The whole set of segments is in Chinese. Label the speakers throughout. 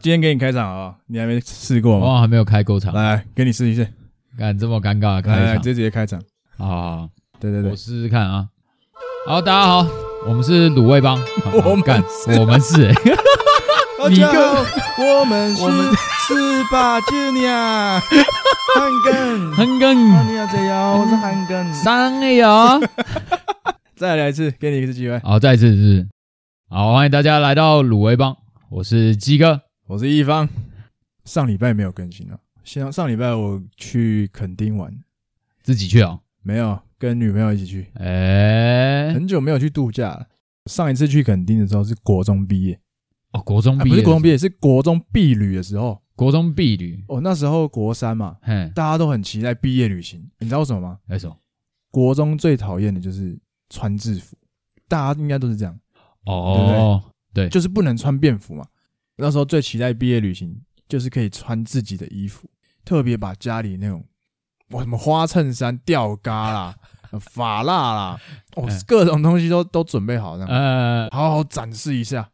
Speaker 1: 今天给你开场啊、你还没试过吗？
Speaker 2: 哇，还没有开够场，
Speaker 1: 来，给你试一试，
Speaker 2: 干这么尴尬
Speaker 1: 来来，
Speaker 2: 的开
Speaker 1: 直
Speaker 2: 场
Speaker 1: 接直接开场。
Speaker 2: 啊！
Speaker 1: 对哎对
Speaker 2: 我
Speaker 1: 对，
Speaker 2: 试试看啊。好，大家好，我们是卤 味帮，好
Speaker 1: 我们
Speaker 2: 干
Speaker 1: 是，
Speaker 2: 我们 是
Speaker 1: 大
Speaker 2: 你
Speaker 1: 家
Speaker 2: 跟
Speaker 1: 好，我们是
Speaker 2: 我们
Speaker 1: 四八 Junior 汉根，
Speaker 2: 很梗
Speaker 1: 汉尼亚这样，我是汉根。
Speaker 2: 商业啊！
Speaker 1: 再来一次，给你一次机会。
Speaker 2: 好，再一次是，好，欢迎大家来到卤味帮，我是鸡哥。
Speaker 1: 我是一方，上礼拜没有更新了，上上礼拜我去垦丁玩，
Speaker 2: 自己去哦，
Speaker 1: 没有跟女朋友一起去，
Speaker 2: 哎、
Speaker 1: 很久没有去度假了。上一次去垦丁的时候是国中毕业，
Speaker 2: 哦，国中
Speaker 1: 啊、
Speaker 2: 毕
Speaker 1: 不
Speaker 2: 业、
Speaker 1: 是国中毕业，是国中毕旅的时候。
Speaker 2: 国中毕旅，
Speaker 1: 哦，那时候国三嘛，
Speaker 2: 嘿，
Speaker 1: 大家都很期待毕业旅行。你知道为什么吗？
Speaker 2: 那什么？
Speaker 1: 国中最讨厌的就是穿制服，大家应该都是这样，
Speaker 2: 哦，对
Speaker 1: 就是不能穿便服嘛。那时候最期待毕业旅行，就是可以穿自己的衣服，特别把家里那种我什么花衬衫、吊嘎啦、 发蜡啦，哦
Speaker 2: 嗯，
Speaker 1: 各种东西都都准备好，这样
Speaker 2: 呃，
Speaker 1: 好好展示一下。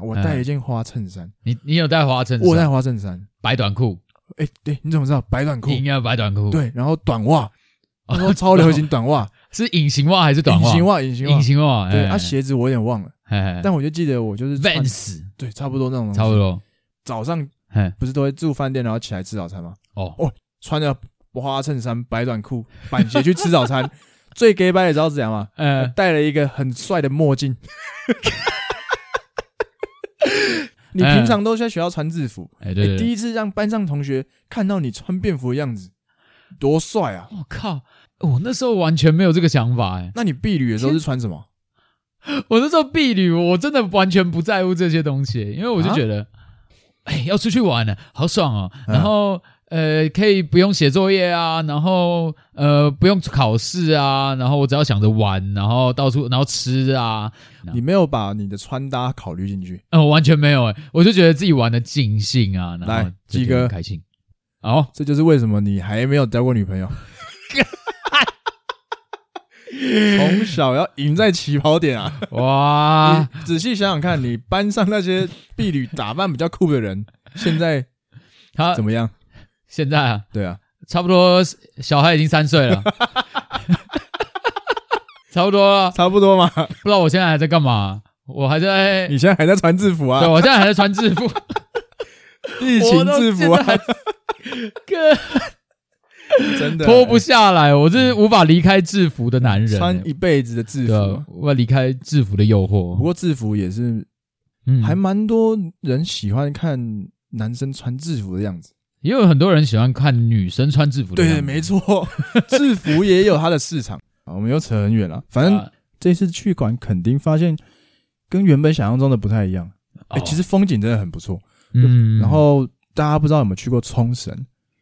Speaker 1: 我带了一件花衬衫，
Speaker 2: 你你有带花衬
Speaker 1: 我带
Speaker 2: 衫、
Speaker 1: 花衬衫，
Speaker 2: 白短裤，
Speaker 1: 哎、对，你怎么知道？白短裤
Speaker 2: 你，应该有白短裤，，
Speaker 1: 对，然后短袜，那时候
Speaker 2: 哦，
Speaker 1: 超流行短 袜，
Speaker 2: 是隐形袜还是短
Speaker 1: 隐
Speaker 2: 袜？
Speaker 1: 形袜，隐形袜
Speaker 2: 隐，形袜，
Speaker 1: 对，
Speaker 2: 哎
Speaker 1: 啊，鞋子我有点忘了，
Speaker 2: 嘿嘿
Speaker 1: 但我就记得我就是穿，
Speaker 2: Vans 嗯
Speaker 1: 对，差不多那种东西。
Speaker 2: 差不多，
Speaker 1: 早上
Speaker 2: 嘿，
Speaker 1: 不是都会住饭店，然后起来吃早餐吗？
Speaker 2: 哦，
Speaker 1: 穿着花衬衫、白短裤、板鞋去吃早餐， 最 gay 掰的知道是怎样吗？
Speaker 2: 呃，
Speaker 1: 戴了一个很帅的墨 镜。你平常都在学校穿制服，
Speaker 2: 哎，
Speaker 1: 你
Speaker 2: 对对
Speaker 1: 第
Speaker 2: 对，
Speaker 1: 一次让班上同学看到你穿便服的样子，多帅啊！
Speaker 2: 我哦靠，我那时候完全没有这个想法，哎，
Speaker 1: 那你避旅的时候是穿什么？
Speaker 2: 我那时候避旅，我真的完全不在乎这些东西，因为我就
Speaker 1: 啊
Speaker 2: 觉得，哎，要出去玩了，好爽哦，
Speaker 1: 嗯
Speaker 2: 然后。呃，可以不用写作业啊，然后呃不用考试啊，然后我只要想着玩，然后到处然后吃啊，
Speaker 1: 你没有把你的穿搭考虑进去。
Speaker 2: 呃我完全没有哎、我就觉得自己玩的尽兴啊，然后
Speaker 1: 来
Speaker 2: 就
Speaker 1: 鸡
Speaker 2: 觉得
Speaker 1: 哥
Speaker 2: 很开心。好、
Speaker 1: 这就是为什么你还没有交过女朋友。从小要赢在起跑点啊！
Speaker 2: 哇，
Speaker 1: 你仔细想想看，你班上那些婢女打扮比较酷的人，现在
Speaker 2: 他
Speaker 1: 怎么样？
Speaker 2: 现在啊，
Speaker 1: 对啊，
Speaker 2: 差不多小孩已经三岁 了，差不多了。
Speaker 1: 差不多嘛。
Speaker 2: 不知道我现在还在干嘛，我还在，
Speaker 1: 你现在还在穿制服啊？
Speaker 2: 对我现在还在穿制 服，
Speaker 1: 疫情制服
Speaker 2: 我都
Speaker 1: 啊
Speaker 2: 现在，还，哥
Speaker 1: 真的
Speaker 2: 脱不下来，我是无法离开制服的男人、欸
Speaker 1: 穿一辈子的制
Speaker 2: 对啊
Speaker 1: 服。
Speaker 2: 无法离开制服的诱惑。
Speaker 1: 不过制服也是
Speaker 2: 嗯，
Speaker 1: 还蛮多人喜欢看男生穿制服的样子。
Speaker 2: 也有很多人喜欢看女生穿制服的样
Speaker 1: 对，
Speaker 2: 子，
Speaker 1: 没 错，制服也有它的市场。啊，我们又扯很远了，反正
Speaker 2: 啊
Speaker 1: 这次去管垦丁，发现跟原本想象中的不太一样。哎、
Speaker 2: 哦
Speaker 1: 其实风景真的很不错。
Speaker 2: 嗯，
Speaker 1: 然后大家不知道有没有去过冲绳？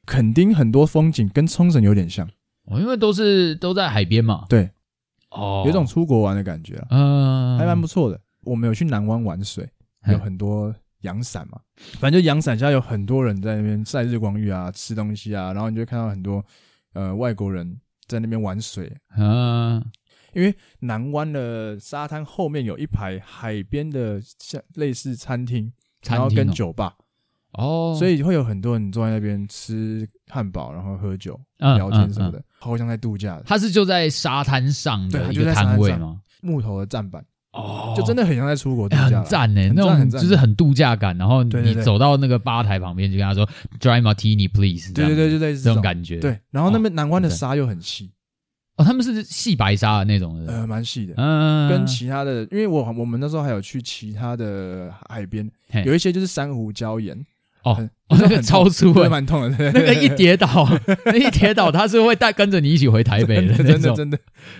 Speaker 1: 垦丁很多风景跟冲绳有点像，
Speaker 2: 哦，因为都是都在海边嘛，
Speaker 1: 对，
Speaker 2: 哦，
Speaker 1: 有一种出国玩的感觉啊，
Speaker 2: 嗯，
Speaker 1: 还蛮不错的。我们有去南湾玩水，
Speaker 2: 嘿
Speaker 1: 有很多阳伞嘛，反正就阳伞下有很多人在那边晒日光浴啊、吃东西啊，然后你就会看到很多呃外国人在那边玩水，
Speaker 2: 嗯
Speaker 1: 因为南湾的沙滩后面有一排海边的像类似餐厅，
Speaker 2: 餐厅哦
Speaker 1: 然后跟酒吧，
Speaker 2: 哦，
Speaker 1: 所
Speaker 2: 以
Speaker 1: 以会有很多人坐在那边吃汉堡，然后喝酒、聊天什么，
Speaker 2: 嗯嗯
Speaker 1: 的，好像在度假的
Speaker 2: 它是就在沙滩上
Speaker 1: 对
Speaker 2: 的
Speaker 1: 它
Speaker 2: 一
Speaker 1: 就在
Speaker 2: 个
Speaker 1: 沙滩
Speaker 2: 摊位
Speaker 1: 上
Speaker 2: 吗？
Speaker 1: 木头的站板，
Speaker 2: 哦，
Speaker 1: 就真的很像在出国度
Speaker 2: 哎
Speaker 1: 假啦
Speaker 2: 很。赞呢，
Speaker 1: 很
Speaker 2: 那
Speaker 1: 赞
Speaker 2: 种
Speaker 1: 很赞
Speaker 2: 就是很度假感。然后
Speaker 1: 对对
Speaker 2: 你
Speaker 1: 对
Speaker 2: 走到那个吧台旁边，就跟他说 “Dry Martini, please”，
Speaker 1: 对对
Speaker 2: 这
Speaker 1: 对
Speaker 2: 样
Speaker 1: 对对，
Speaker 2: 子
Speaker 1: 是
Speaker 2: 这种感觉。
Speaker 1: 觉。，
Speaker 2: 哦
Speaker 1: 对，然后那边南湾的
Speaker 2: 很赞
Speaker 1: 沙又很细，
Speaker 2: 哦，他们是细白沙的那种的，
Speaker 1: 呃，蛮细的。
Speaker 2: 嗯，
Speaker 1: 跟其他的，因为我我们那时候还有去其他的海边，
Speaker 2: 嘿
Speaker 1: 有一些就是珊瑚礁 岩，
Speaker 2: 哦
Speaker 1: 很
Speaker 2: 哦那个超粗
Speaker 1: 对，
Speaker 2: 哎，
Speaker 1: 蛮痛的，对
Speaker 2: 那个一跌倒， 那一跌倒，他是会带跟着你一起回台北的那
Speaker 1: 真的
Speaker 2: 种。
Speaker 1: 真的，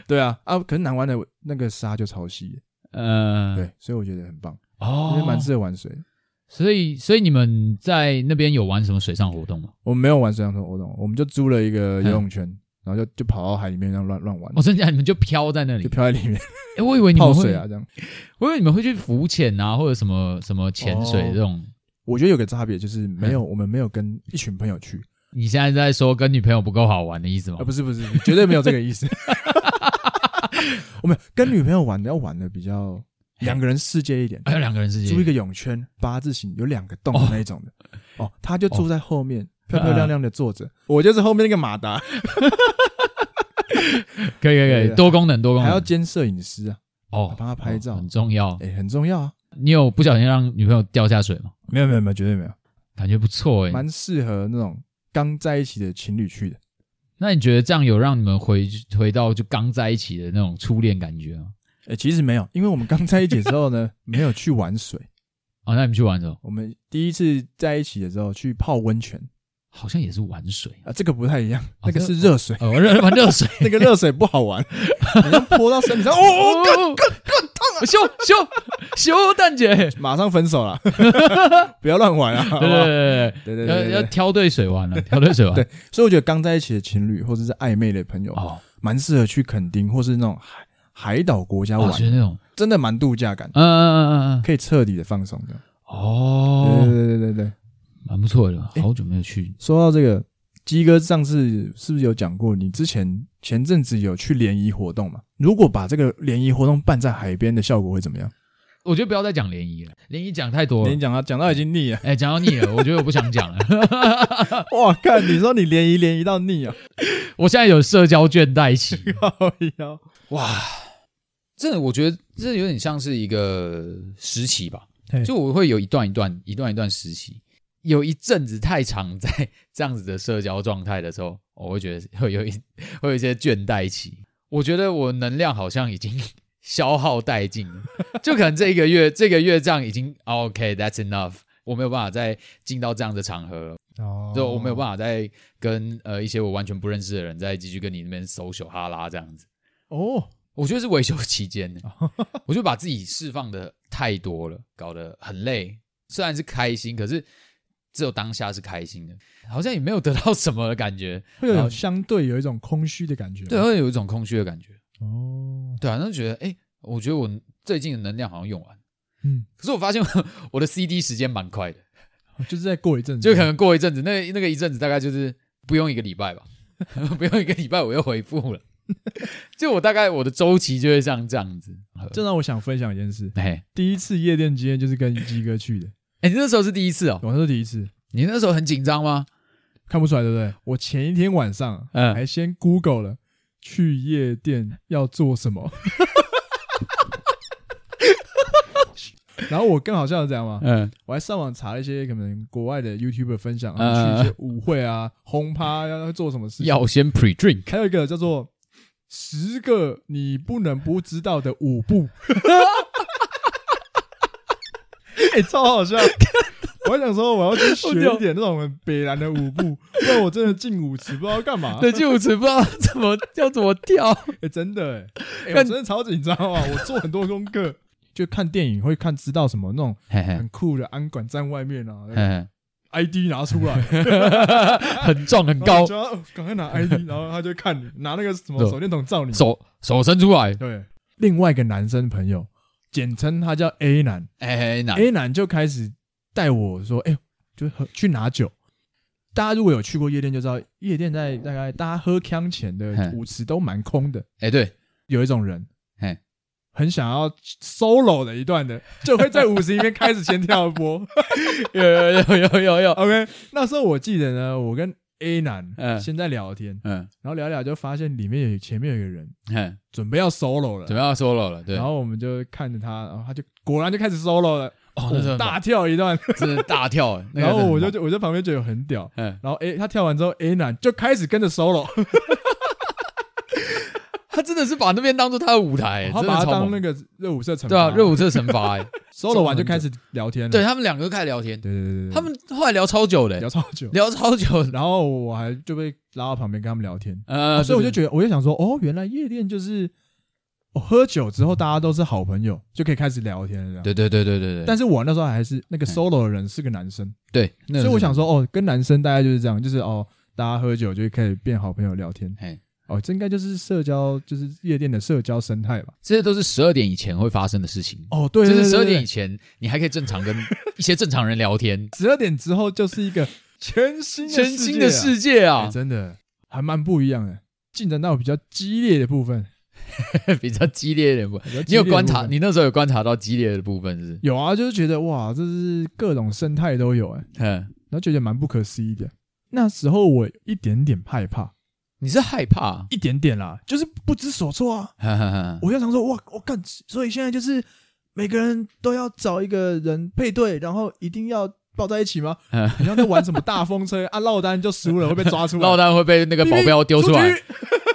Speaker 1: 对啊啊！可是南湾的那个沙就超细的，
Speaker 2: 嗯，
Speaker 1: 对，所以我觉得很棒，因为
Speaker 2: 哦，
Speaker 1: 蛮适合玩水的。
Speaker 2: 所以所以你们在那边有玩什么水上活动吗？
Speaker 1: 我们没有玩水上活动，我们就租了一个游泳圈，然后就就跑到海里面这样乱乱玩，
Speaker 2: 嗯哦，真的假的，你们就飘在那
Speaker 1: 就
Speaker 2: 里？
Speaker 1: 漂在里面
Speaker 2: 哎，我以为你
Speaker 1: 泡
Speaker 2: 们会
Speaker 1: 水，啊这样。
Speaker 2: 我以为你们会去浮潜啊，或者什么什么潜水
Speaker 1: 哦
Speaker 2: 这种。
Speaker 1: 我觉得有个差别就是没
Speaker 2: 嗯
Speaker 1: 有，我们没有跟一群朋友去，
Speaker 2: 你现在在说跟女朋友不够好玩的意思吗
Speaker 1: 啊，？不是不是， 绝对没有这个意思。我们跟女朋友玩要玩的比较两个人世界一点，
Speaker 3: 还有哎两个人是
Speaker 1: 租一个泳圈，八字形有两个洞的那一种的。哦，他就住在后面， 漂漂亮亮的坐着，我就是后面那个马达，
Speaker 3: 可以可以可
Speaker 1: 对
Speaker 3: 以
Speaker 1: 对，
Speaker 3: 多功能多功
Speaker 1: 还
Speaker 3: 能，
Speaker 1: 要兼摄影师啊，
Speaker 3: 哦
Speaker 1: 帮他拍照
Speaker 3: 哦很重要。
Speaker 1: 哎，很重要啊。
Speaker 3: 你有不小心让女朋友掉下水吗？
Speaker 1: 没有没有没有，绝对没有，
Speaker 3: 感觉不错哎。
Speaker 1: 蛮适合那种刚在一起的情侣去的。
Speaker 3: 那你觉得这样有让你们回回到就刚在一起的那种初恋感觉吗？
Speaker 1: 哎，其实没有，因为我们刚在一起之后呢， 没有去玩水。
Speaker 3: 哦，那你们去玩什么？
Speaker 1: 我们第一次在一起的时候去泡温泉
Speaker 3: 好像也是玩水，
Speaker 1: 啊，这个不太一样，
Speaker 3: 哦
Speaker 1: 那个
Speaker 3: 这
Speaker 1: 是热水，
Speaker 3: 哦，热玩热水，
Speaker 1: 那个热水不好 玩，你要泼到身体上， 哦哦，
Speaker 3: 哦，更更 烫啊！修修修蛋姐， 对
Speaker 1: 马上分手了，不要乱玩啊！好不
Speaker 3: 对
Speaker 1: 好
Speaker 3: 对
Speaker 1: 对
Speaker 3: 对，要
Speaker 1: 对对
Speaker 3: 要
Speaker 1: 对对，
Speaker 3: 挑对水玩了，挑对水玩。
Speaker 1: 对所以我觉得刚在一起的情侣或者是暧昧的朋友，
Speaker 3: 哦，
Speaker 1: 蛮适合去垦丁或是那种海海岛国家
Speaker 2: 啊
Speaker 3: 我
Speaker 1: 玩，
Speaker 3: 觉啊得那种，
Speaker 1: 真的蛮度假感，
Speaker 3: 嗯嗯嗯嗯嗯，
Speaker 1: 可以彻底的放松的。对
Speaker 3: 哦，
Speaker 1: 对对对对，
Speaker 3: 蛮不错的，好久没有去
Speaker 1: 说到这个，鸡哥上次是不是有讲过，你之前前阵子有去联谊活动嘛？如果把这个联谊活动办在海边的效果会怎么样？
Speaker 3: 我觉得不要再讲联谊了，联谊讲太多
Speaker 1: 你
Speaker 3: 了。
Speaker 1: 讲到讲到已经腻了，
Speaker 3: 哎，讲到腻了，我觉得我不想讲了。
Speaker 1: 哇，看你说你联谊联谊到腻啊，
Speaker 3: 我现在有社交倦怠期，
Speaker 1: 靠腰。
Speaker 2: 哇，真的，我觉得这有点像是一个时期吧
Speaker 1: 嘿，
Speaker 2: 就我会有一段一段、一段一段时期，有一阵子太长在这样子的社交状态的时候，我会觉得会有一会有一些倦怠期。我觉得我能量好像已经消耗殆尽 了，就可能这一个月这个月这样已经哦 OK，that's、enough，我没有办法再进到这样的场合了。
Speaker 1: 哦
Speaker 2: 就我没有办法再跟呃一些我完全不认识的人再继续跟你那边 social 哈拉这样子。
Speaker 1: 哦，
Speaker 2: 我觉得是维修期间呢， 我就把自己释放的太多了，搞得很累。虽然是开心，可是只有当下是开心的，好像也没有得到什么的感觉，
Speaker 1: 会
Speaker 2: 然
Speaker 1: 有
Speaker 2: 后
Speaker 1: 相对有一种空虚的感觉。
Speaker 2: 对，，会有一种空虚的感觉。
Speaker 1: 哦，
Speaker 2: 对啊，那就觉得哎、诶我觉得我最近的能量好像用完，
Speaker 1: 嗯，
Speaker 2: 可是我 发现我的 CD 时间蛮快的，
Speaker 1: 哦就是再过一阵子，
Speaker 2: 就可能过一阵子，那那个一阵子大概就是不用一个礼拜吧， 不用一个礼拜我又回复了， 就我大概我的周期就会像这样子。
Speaker 1: 这让我想分享一件事。
Speaker 2: 哎
Speaker 1: 第一次夜店经验就是跟鸡哥去的，
Speaker 2: 哎，你那时候是第一次哦，
Speaker 1: 我是第一次，
Speaker 2: 你那时候很紧张吗？
Speaker 1: 看不出来对不对？我前一天晚上
Speaker 2: 嗯
Speaker 1: 还先 Google 了去夜店要做什么，然后我更好笑的是怎样吗？
Speaker 2: 嗯，
Speaker 1: 我还上网查了一些可能国外的 YouTuber 分享，
Speaker 2: 嗯
Speaker 1: 他们去一些舞会啊、轰趴要要做什么事情。
Speaker 2: 要先 pre drink，
Speaker 1: 还有一个叫做“十个你不能不知道的舞步”，哎、超好笑！ 我还想说我要去学一点那种很北蓝的舞步，不然我真的进舞池不知道干嘛。
Speaker 3: 对，就我只不知道怎么要怎么跳。
Speaker 1: 哎、真的哎、哎，我
Speaker 3: 看
Speaker 1: 真的超紧张啊！我做很多功课，就看电影会看知道什么那种
Speaker 2: 嘿嘿
Speaker 1: 很酷的安管站外面啊那个
Speaker 2: 嘿
Speaker 1: ，ID 拿出来，
Speaker 3: 嘿，很重很
Speaker 1: 然后
Speaker 3: 高
Speaker 1: 你，就要哦赶快拿 ID，然后他就看你拿那个什么
Speaker 3: 对
Speaker 1: 手电筒照你，
Speaker 3: 手手伸出来，
Speaker 1: 对，另外一个男生朋友，简称他叫 A 男
Speaker 2: 哎嘿，哪？
Speaker 1: ，A 男就开始带我说，哎、就喝去拿酒。大家如果有去过夜店，就知道夜店在大概大家喝腔前的
Speaker 2: 嘿
Speaker 1: 舞池都蛮空的。
Speaker 2: 哎对，
Speaker 1: 有一种人
Speaker 2: 嘿，
Speaker 1: 很想要 solo 的一段的，就会在舞池里面开始先跳一 波。
Speaker 2: 有有有有有有，
Speaker 1: OK，那时候我记得呢，我跟 A 男
Speaker 2: 嗯
Speaker 1: 先在聊天，
Speaker 2: 嗯，
Speaker 1: 然后聊一聊就发现里面有前面有一个人
Speaker 2: 嘿，
Speaker 1: 准备要 solo 了
Speaker 2: 准，备要 solo 了，对，
Speaker 1: 然后我们就看着他，然后他就果然就开始 solo 了，
Speaker 2: 哦，那时候
Speaker 1: 大跳一段，
Speaker 2: 真的大跳， 哎那个
Speaker 1: 然后我就
Speaker 2: 真的
Speaker 1: 就我就旁边觉得很屌，
Speaker 2: 很猛，嗯，
Speaker 1: 然后 A 他跳完之后 A 男就开始跟着 solo，
Speaker 2: 他真的是把那边当做他的舞台， 哎
Speaker 1: 哦他
Speaker 2: 真
Speaker 1: 把
Speaker 2: 的
Speaker 1: 他
Speaker 2: 超
Speaker 1: 当
Speaker 2: 猛
Speaker 1: 那个热舞社成
Speaker 3: 对啊，热
Speaker 1: 舞
Speaker 3: 舞这惩罚哎，
Speaker 1: solo 完就开始聊天了，
Speaker 2: 对他们两个就开始聊天，
Speaker 1: 对对对对，
Speaker 2: 他们后来聊超久的，哎
Speaker 1: 聊超久，
Speaker 2: 聊超久的，
Speaker 1: 然后我还就被拉到旁边跟他们聊天，
Speaker 2: 呃，
Speaker 1: 哦所以我就
Speaker 2: 对
Speaker 1: 觉得我就想说，哦，原来夜店就是。哦、喝酒之后，大家都是好朋友，就可以开始聊天了。，
Speaker 2: 对对对对对对，哎
Speaker 1: 但是
Speaker 2: 是
Speaker 1: 我那时候还是那个 solo 的人是个男生，
Speaker 2: 对，那个
Speaker 1: 所以我想
Speaker 2: 是，
Speaker 1: 说，哦，跟男生大概就是这样，就是哦，大家喝酒就可以变好朋友聊天。
Speaker 2: 哎，
Speaker 1: 哦，这应该就是社交，就是夜店的社交生态吧。
Speaker 2: 这些都是十二点以前会发生的事情。
Speaker 1: 哦，对
Speaker 2: 就是十二点以，前，你还可以正常跟一些正常人聊天，
Speaker 1: 十二点之后就是一个全 新的
Speaker 2: 全新的世界
Speaker 1: 啊，哎
Speaker 2: 啊！
Speaker 1: 真的还蛮不一样的，进展到比较激烈的部分。
Speaker 2: 比较激烈一点部分。
Speaker 1: 比较激
Speaker 2: 你
Speaker 1: 烈
Speaker 2: 有
Speaker 1: 的
Speaker 2: 观
Speaker 1: 部
Speaker 2: 察，
Speaker 1: 分
Speaker 2: 你那时候有观察到激烈的部分是不是？
Speaker 1: 有啊，就是觉得哇，这是各种生态都有哎、
Speaker 2: 嗯，
Speaker 1: 然后觉得蛮不可思议的。那时候我一点点害怕，
Speaker 2: 你是害怕？啊
Speaker 1: 一点点啦，就是不知所措啊。
Speaker 2: 哈哈哈
Speaker 1: 我就想说，哇，我干，所以现在就是每个人都要找一个人配对，然后一定要抱在一起吗？
Speaker 2: 嗯
Speaker 1: 你像在玩什么大风车啊，落单就输了，会被抓出来，
Speaker 2: 落单会被 那个保镖丢出来，
Speaker 1: 去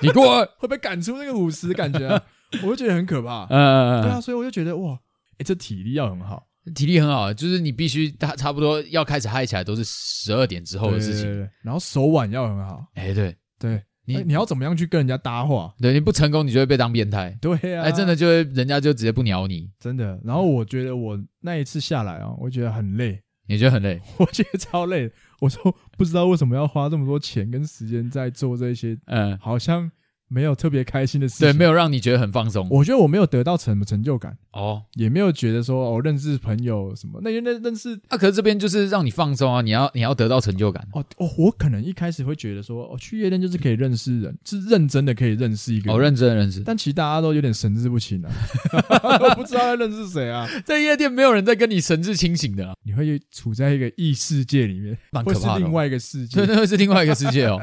Speaker 2: 你 给我，
Speaker 1: 会被赶出那个舞池，感觉、 啊，我就觉得很可怕。
Speaker 2: 嗯，
Speaker 1: 对啊，所以我就觉得哇，哎、这体力要很好，
Speaker 2: 体力很好，啊就是你必须差差不多要开始嗨起来都是十二点之后的
Speaker 1: 对
Speaker 2: 事
Speaker 1: 对
Speaker 2: 情。
Speaker 1: 对对然后手腕要很好，
Speaker 2: 哎，对
Speaker 1: 对
Speaker 2: 你
Speaker 1: 哎你要怎么样去跟人家搭话？
Speaker 2: 对，你不成功你就会被当变态，
Speaker 1: 对啊，
Speaker 2: 哎，真的就会人家就直接不鸟你，
Speaker 1: 真的。然后我觉得我那一次下来啊，我觉得很累，
Speaker 2: 你觉得 很累。
Speaker 1: 我觉得超累的。我说不知道为什么要花这么多钱跟时间在做这些，
Speaker 2: 嗯，
Speaker 1: 好像没有特别开心的事情。
Speaker 2: 对，没
Speaker 1: 有，
Speaker 2: 有让你觉得很放松。
Speaker 1: 我觉得我没有得到什么成就感，
Speaker 2: 哦，
Speaker 1: 也没有觉得说哦认识朋友什么，那因为那认识
Speaker 2: 那可是这边就是让你放松啊，你要你要得到成就感。
Speaker 1: 哦哦，我可能一开始会觉得说哦去夜店就是可以认识人，是认真的可以认识一个
Speaker 2: 哦，
Speaker 1: 人。
Speaker 2: 认真认真。
Speaker 1: 但其实大家都有点神志不清啊， 都不知道要认识谁啊。
Speaker 2: 在夜店没有人在跟你神志清醒 的啊，
Speaker 1: 你会处在一个异世界里面，
Speaker 2: 蛮
Speaker 1: 或
Speaker 2: 可
Speaker 1: 是
Speaker 2: 怕的
Speaker 1: 另
Speaker 2: 哦。
Speaker 1: 外一个世界
Speaker 2: 对，，那会是另外一个世界哦。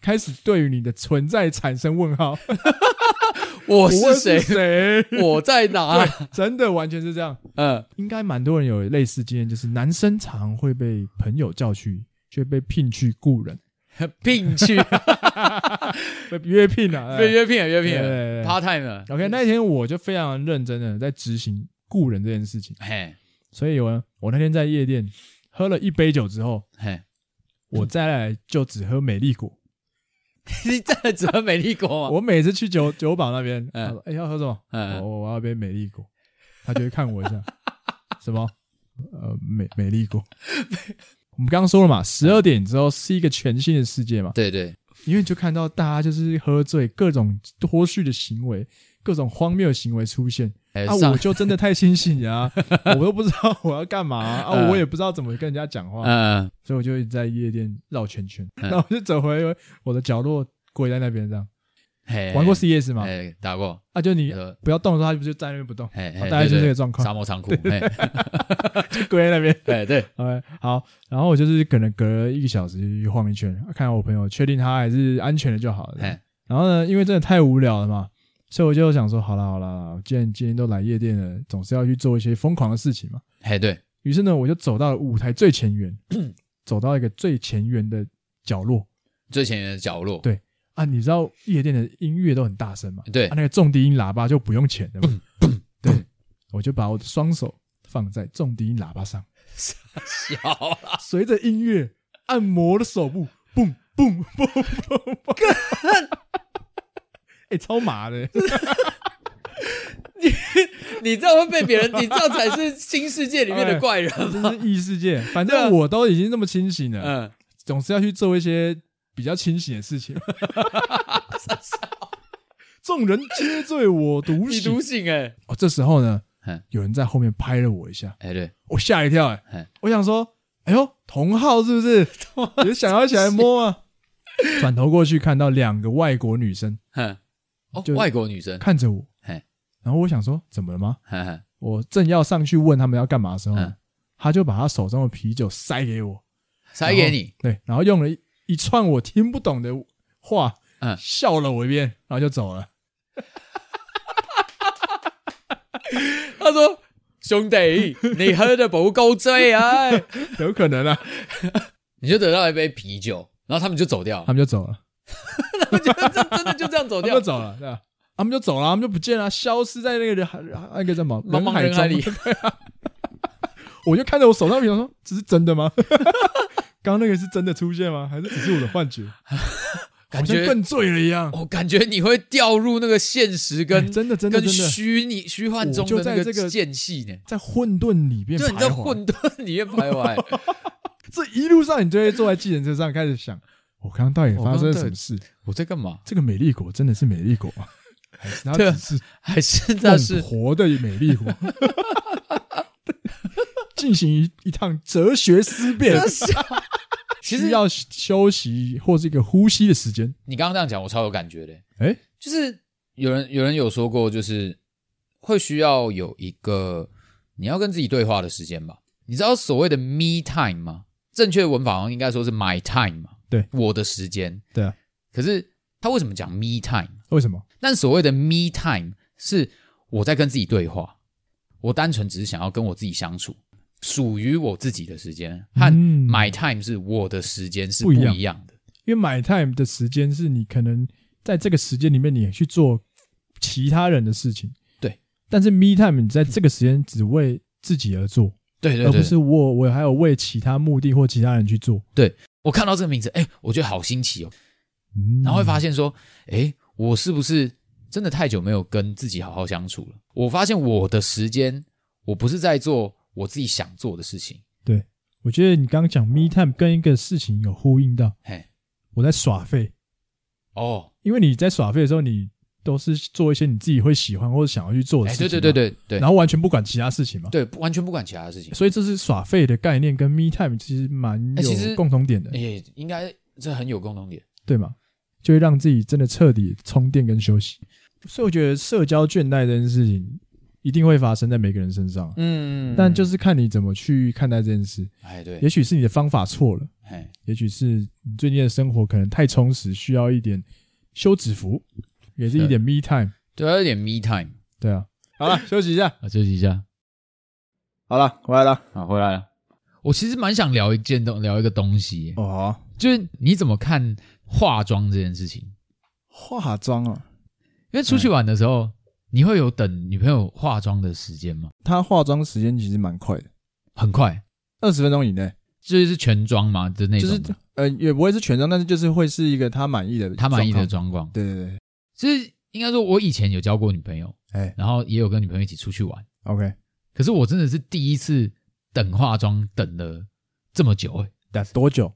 Speaker 1: 开始对于你的存在产生问号。
Speaker 2: 我
Speaker 1: 我
Speaker 2: 哦是
Speaker 1: 谁？
Speaker 2: 谁？
Speaker 1: 谁？
Speaker 2: 我在哪？
Speaker 1: 对，真的完全是这样。
Speaker 2: 嗯，
Speaker 1: 应该蛮多人有类似经验，就是男生常会被朋友叫去，却被聘去雇人，
Speaker 2: 聘去
Speaker 1: 被约聘啊，
Speaker 2: 被约聘了，约聘
Speaker 1: 对
Speaker 2: 了
Speaker 1: 对对
Speaker 2: ，part time 了。
Speaker 1: OK，那天我就非常认真的在执行雇人这件事情，
Speaker 2: 嘿，
Speaker 1: 所以我我那天在夜店喝了一杯酒之后，
Speaker 2: 嘿，
Speaker 1: 我再来就只喝美丽果。
Speaker 2: 你真的只喝美丽国吗？
Speaker 1: 我每次去酒酒保那边，
Speaker 2: 嗯
Speaker 1: 他说：“哎、要喝什么？
Speaker 2: 嗯
Speaker 1: 我我要杯美丽果。”他就会看我一下， 什么？呃，美美丽果。我们刚刚说了嘛，十二点之后是一个全新的世界嘛，
Speaker 2: 对对，
Speaker 1: 因为你就看到大家就是喝醉，各种脱序的行为，各种荒谬的行为出现。
Speaker 2: 哎
Speaker 1: 啊，
Speaker 2: 上
Speaker 1: 我就真的太清醒了啊，我都不知道我要干嘛啊，啊
Speaker 2: 嗯
Speaker 1: 我也不知道怎么跟人家讲话，
Speaker 2: 嗯，
Speaker 1: 所以我就一直在夜店绕圈圈，
Speaker 2: 嗯
Speaker 1: 然后我就走回我的角落，跪在那边这样。
Speaker 2: 嘿，
Speaker 1: 玩过 CS 吗？
Speaker 2: 哎，打过，
Speaker 1: 啊，就你
Speaker 2: 呃，
Speaker 1: 不要动的时候，他不就在那边不动，
Speaker 2: 嘿，
Speaker 1: 大概就
Speaker 2: 对对
Speaker 1: 这个状况
Speaker 2: 沙漠仓 库，嘿，
Speaker 1: 就跪在那 边。
Speaker 2: 哎，对，
Speaker 1: OK，好，然后我就是可能隔了一个小时去晃一圈，看我朋友，确定他还是安全的就好了。
Speaker 2: 哎，
Speaker 1: 然后呢，因为真的太无聊了嘛，所以我就想说，好啦好啦好啦，既然今天都来夜店了，总是要去做一些疯狂的事情嘛。
Speaker 2: 嘿，对，
Speaker 1: 于是呢，我就走到了舞台最前缘，走到一个最前缘的角落
Speaker 2: 最前沿的角落，
Speaker 1: 对啊。你知道夜店的音乐都很大声嘛？
Speaker 2: 对
Speaker 1: 啊，，那个重低音喇叭就不用钱的嘛。对，我就把我的双手放在重低音喇叭上，
Speaker 2: 小啦，
Speaker 1: 随着音乐按摩我的手部，嘣嘣嘣嘣嘣， 哎、超麻的，
Speaker 2: 你这样会被别人，你这样才是新世界里面
Speaker 1: 哎
Speaker 2: 的怪人。
Speaker 1: 真是异世界。反
Speaker 2: 对啊
Speaker 1: 正我都已经那么清醒了，
Speaker 2: 嗯，
Speaker 1: 总是要去做一些比较清醒的事情。众人皆醉我独
Speaker 2: 你
Speaker 1: 醒
Speaker 2: 独。醒哎，
Speaker 1: 哦，这时候呢
Speaker 2: 嗯，
Speaker 1: 有人在后面拍了我一下，
Speaker 2: 哎，对，
Speaker 1: 我吓一跳、欸，
Speaker 2: 嗯
Speaker 1: 我想说，哎呦，同号是不是？也想要起来摸啊。转头过去看到两个外国女生
Speaker 2: 哼，哦
Speaker 1: 就，
Speaker 2: 外国女生，
Speaker 1: 看着我，
Speaker 2: 嘿
Speaker 1: 然后我想说，怎么了吗？
Speaker 2: 哼哼
Speaker 1: 我正要上去问他们要干嘛的时候呢，
Speaker 2: 嗯
Speaker 1: 他就把他手中的啤酒塞给我，
Speaker 2: 塞给你，
Speaker 1: 对，然后用了一一串我听不懂的话，
Speaker 2: 嗯
Speaker 1: 笑了我一遍，然后就走了。
Speaker 2: 他说。兄弟，你喝的不够醉啊！
Speaker 1: 有可能啊，
Speaker 2: 你就得到一杯啤酒，然后他们就走掉
Speaker 1: 他，们就走了，
Speaker 2: 他们就 真真的就这样走
Speaker 1: 他们
Speaker 2: 掉
Speaker 1: 就，走了，对吧？他们就走了，他们就不见了，消失在那个人海那个什么
Speaker 2: 茫茫人海 里
Speaker 1: 中。啊我就看着我手上啤酒说：“这是真的吗？ 刚刚那个是真的出现吗？还是只是我的幻觉？
Speaker 2: 感
Speaker 1: 好
Speaker 2: 觉
Speaker 1: 像更醉了一样。
Speaker 2: 我哦感觉你会掉入那个现实跟、
Speaker 1: 哎真的真的
Speaker 2: 跟
Speaker 1: 真的，
Speaker 2: 虚拟虚幻中
Speaker 1: 我就
Speaker 2: 的
Speaker 1: 在
Speaker 2: 那
Speaker 1: 这个
Speaker 2: 间隙呢，
Speaker 1: 在混沌里面
Speaker 2: 就
Speaker 1: 徘
Speaker 2: 你在
Speaker 1: 徊。
Speaker 2: 混沌里面徘 徊。
Speaker 1: 这一路上，你就会坐在计程车上开始想：我刚刚到底发生了什么事？
Speaker 2: 我在干嘛？
Speaker 1: 这个美丽果真的是美丽果 吗？还是它
Speaker 2: 对啊
Speaker 1: 只是
Speaker 2: 还是那
Speaker 1: 孟
Speaker 2: 是
Speaker 1: 活的美丽果？进行一一趟哲学思辨，
Speaker 2: 其
Speaker 1: 需
Speaker 2: 实
Speaker 1: 要休息或是一个呼吸的时间。
Speaker 2: 你刚刚这样讲，我超有感觉的。
Speaker 1: 哎，
Speaker 2: 就是
Speaker 4: 有人有人有说过，就是会需要有一个你要跟自己对话的时间吧？你知道所谓的 me time 吗？正确的文法好像应该说是 my time 嘛？
Speaker 1: 对，
Speaker 4: 我的时间。
Speaker 1: 对啊，
Speaker 4: 可是他为什么讲 me time？
Speaker 1: 为什么？
Speaker 4: 但所谓的 me time 是我在跟自己对话，我单纯只是想要跟我自己相处，属于我自己的时间和
Speaker 1: 嗯
Speaker 4: my time 是我的时间是
Speaker 1: 不
Speaker 4: 不
Speaker 1: 一样
Speaker 4: 一样的。
Speaker 1: 因为买 time 的时间是你可能在这个时间里面你去做其他人的事情，
Speaker 4: 对。
Speaker 1: 但是 me time 你在这个时间只为自己而做，
Speaker 4: 对对
Speaker 1: 而不
Speaker 4: 对，
Speaker 1: 是我我还有为其他目的或其他人去做，
Speaker 4: 我看到这个名字，哎，我觉得好新奇哦。
Speaker 1: 嗯
Speaker 4: 然后会发现说，哎，我是不是真的太久没有跟自己好好相处了？我发现我的时间，我不是在做我自己想做的事情，
Speaker 1: 我觉得你刚刚讲 me time 跟一个事情有呼应到，
Speaker 4: 嘿，
Speaker 1: 我在耍废，
Speaker 4: 哦，
Speaker 1: 因为你在耍废的时候，你都是做一些你自己会喜欢或者想要去做的
Speaker 4: 哎，对
Speaker 1: 事情嘛，
Speaker 4: 对对对对
Speaker 1: 然后完全不管其他事情嘛。
Speaker 4: 对，不完全不管其他的事情，
Speaker 1: 所以这是耍废的概念，跟 me time 其实蛮
Speaker 4: 哎其实
Speaker 1: 有共同点的，
Speaker 4: 哎，应该这很有共同点。
Speaker 1: 对吗？就会让自己真的彻底充电跟休息。所以我觉得社交倦怠这件事情一定会发生在每个人身上，啊
Speaker 4: 嗯
Speaker 1: 但就是看你怎么去看待这件事。
Speaker 4: 哎对
Speaker 1: 也，许是你的方法错了，
Speaker 4: 哎
Speaker 1: 也许是你最近的生活可能太充实，需要一点休止符，也是一点 me time。
Speaker 4: 对，有点 me time。
Speaker 1: 对啊，好了，休息一下。
Speaker 2: 啊，休息一下。
Speaker 1: 好了，回来了。
Speaker 4: 好，回来了。
Speaker 2: 我其实蛮想聊一件东，聊一个东西，
Speaker 1: 哦，好啊
Speaker 2: 就是你怎么看化妆这件事情？
Speaker 1: 化妆啊，
Speaker 2: 因为出去玩的时候，你会有等女朋友化妆的时间吗？
Speaker 1: 他化妆时间其实蛮快的，
Speaker 2: 很快，
Speaker 1: 二十分钟以内，
Speaker 2: 就是全妆嘛的那
Speaker 1: 就
Speaker 2: 种
Speaker 1: 是
Speaker 2: 吗，
Speaker 1: 呃也不会是全妆，但是就是会是一个他满意的，
Speaker 2: 她满意的。妆况。
Speaker 1: 对对对
Speaker 2: 就是应该说，我以前有交过女朋友，
Speaker 1: 哎
Speaker 2: 然后也有跟女朋友一起出去玩，
Speaker 1: ，OK，
Speaker 2: 可是我真的是第一次等化妆等了这么久、欸，
Speaker 1: 等多久？